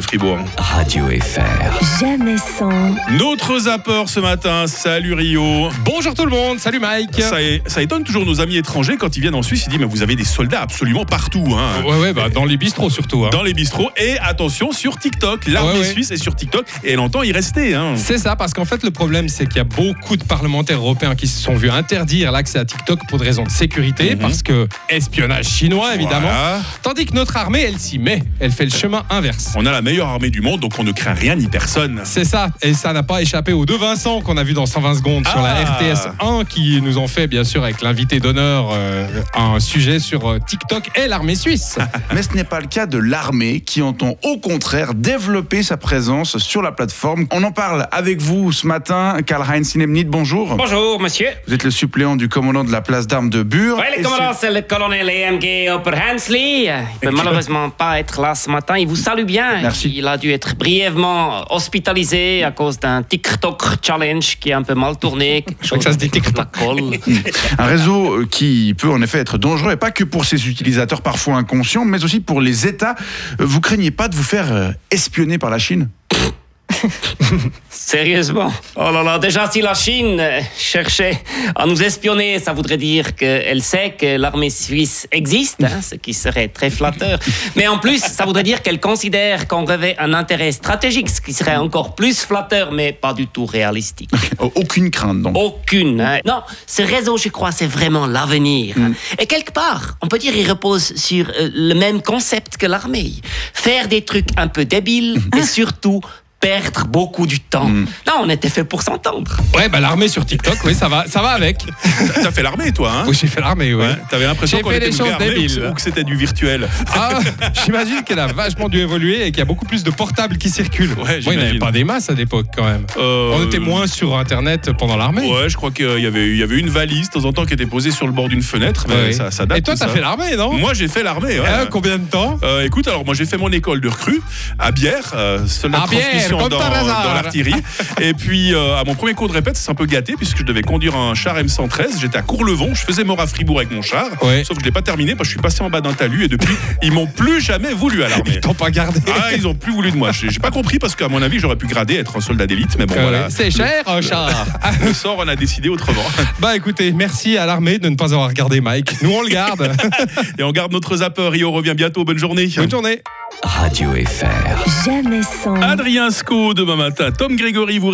Fribourg. Radio FR. Jamais sans, Notre zapper ce matin, salut Rio. Bonjour tout le monde, salut Mike. Ça, é- ça étonne toujours nos amis étrangers quand ils viennent en Suisse, ils disent mais vous avez des soldats absolument partout. hein. Ouais ouais bah dans les bistrots surtout. hein. Dans les bistrots et attention sur TikTok. L'armée Ouais, ouais. suisse est sur TikTok et elle entend y rester. hein. C'est ça, parce qu'en fait le problème c'est qu'il y a beaucoup de parlementaires européens qui se sont vus interdire l'accès à TikTok pour des raisons de sécurité, parce que espionnage chinois évidemment. Voilà. Tandis que notre armée elle s'y met, elle fait le chemin inverse. On a la meilleure armée du monde donc on ne craint rien ni personne. C'est ça, et ça n'a pas échappé aux deux Vincent qu'on a vu dans 120 secondes sur la Ah. RTS 1 qui nous ont fait bien sûr avec l'invité d'honneur euh, un sujet sur euh, TikTok et l'armée suisse. Mais ce n'est pas le cas de l'armée qui entend au contraire développer sa présence sur la plateforme. On en parle avec vous ce matin, Karl-Heinz Sinemnit, bonjour. Bonjour, monsieur. Vous êtes le suppléant du commandant de la place d'armes de Bure. Ouais, le Et commandant, c'est le colonel EMG Oberhansley. Il peut malheureusement pas être là ce matin. Il vous salue bien. Merci. Il a dû être brièvement hospitalisé à cause d'un TikTok challenge qui a un peu mal tourné. Quelque chose que ça se dit avec TikTok. la colle. c'est Un réseau euh, qui peut en effet être dangereux, et pas que pour ses utilisateurs parfois inconscients, mais aussi pour les États. Euh, Vous craignez pas de vous faire euh, espionner par la Chine Sérieusement. Oh là là, déjà si la Chine euh, cherchait à nous espionner, ça voudrait dire qu'elle sait que l'armée suisse existe, hein, ce qui serait très flatteur. Mais en plus, ça voudrait dire qu'elle considère qu'on revêt un intérêt stratégique, ce qui serait encore plus flatteur, mais pas du tout réalistique. Aucune crainte donc. Aucune. hein. Non, ce réseau, je crois, c'est vraiment l'avenir. hein. Et quelque part, on peut dire, il repose sur euh, le même concept que l'armée. Faire des trucs un peu débiles et surtout perdre beaucoup du temps. Là, on était fait pour s'entendre. Ouais bah l'armée sur TikTok, oui ça va, ça va avec. T'as fait l'armée toi hein Oui j'ai fait l'armée, ouais. Ouais, T'avais l'impression J'ai qu'on fait était des une vraie choses armée ou que- débiles. ou que c'était du virtuel. Ah, j'imagine qu'elle a vachement dû évoluer et qu'il y a beaucoup plus de portables qui circulent. Ouais, Moi, il n'y en j'imagine. avait pas des masses à l'époque quand même. Euh, On était moins sur Internet pendant l'armée. Ouais, je crois qu'il y avait, il y avait une valise de temps en temps qui était posée sur le bord d'une fenêtre. mais Ouais. ça, ça date, et toi, tout t'as ça. fait l'armée, non Moi, j'ai fait l'armée. ouais. Hein, Combien de temps Euh, écoute, alors moi j'ai fait mon école de recrue à Bière, euh, soldat de À transmission Bière, comme dans, par hasard. dans l'artillerie. et puis euh, à mon premier cours de répète, c'est un peu gâté puisque je devais conduire un char M113. J'étais à Courlevon, je faisais mort à Fribourg avec mon char. Ouais. Sauf que je l'ai pas terminé parce que je suis passé en bas d'un talus et depuis ils m'ont plus jamais voulu à l'armée. T'en pas gardé. Ah, ils ont plus voulu de moi. J'ai j'ai pas compris parce qu'à mon avis j'aurais pu grader être un soldat d'élite, mais bon Euh, voilà. C'est cher, un char. Ah, Le sort on a décidé autrement. bah écoutez, merci à l'armée de ne pas avoir regardé Mike. Nous, on le garde. Et on garde notre zapper. Rio revient bientôt. Bonne journée. Bonne journée. Radio FR. jamais sans. Adrien Sco demain matin. Tom Grégory vous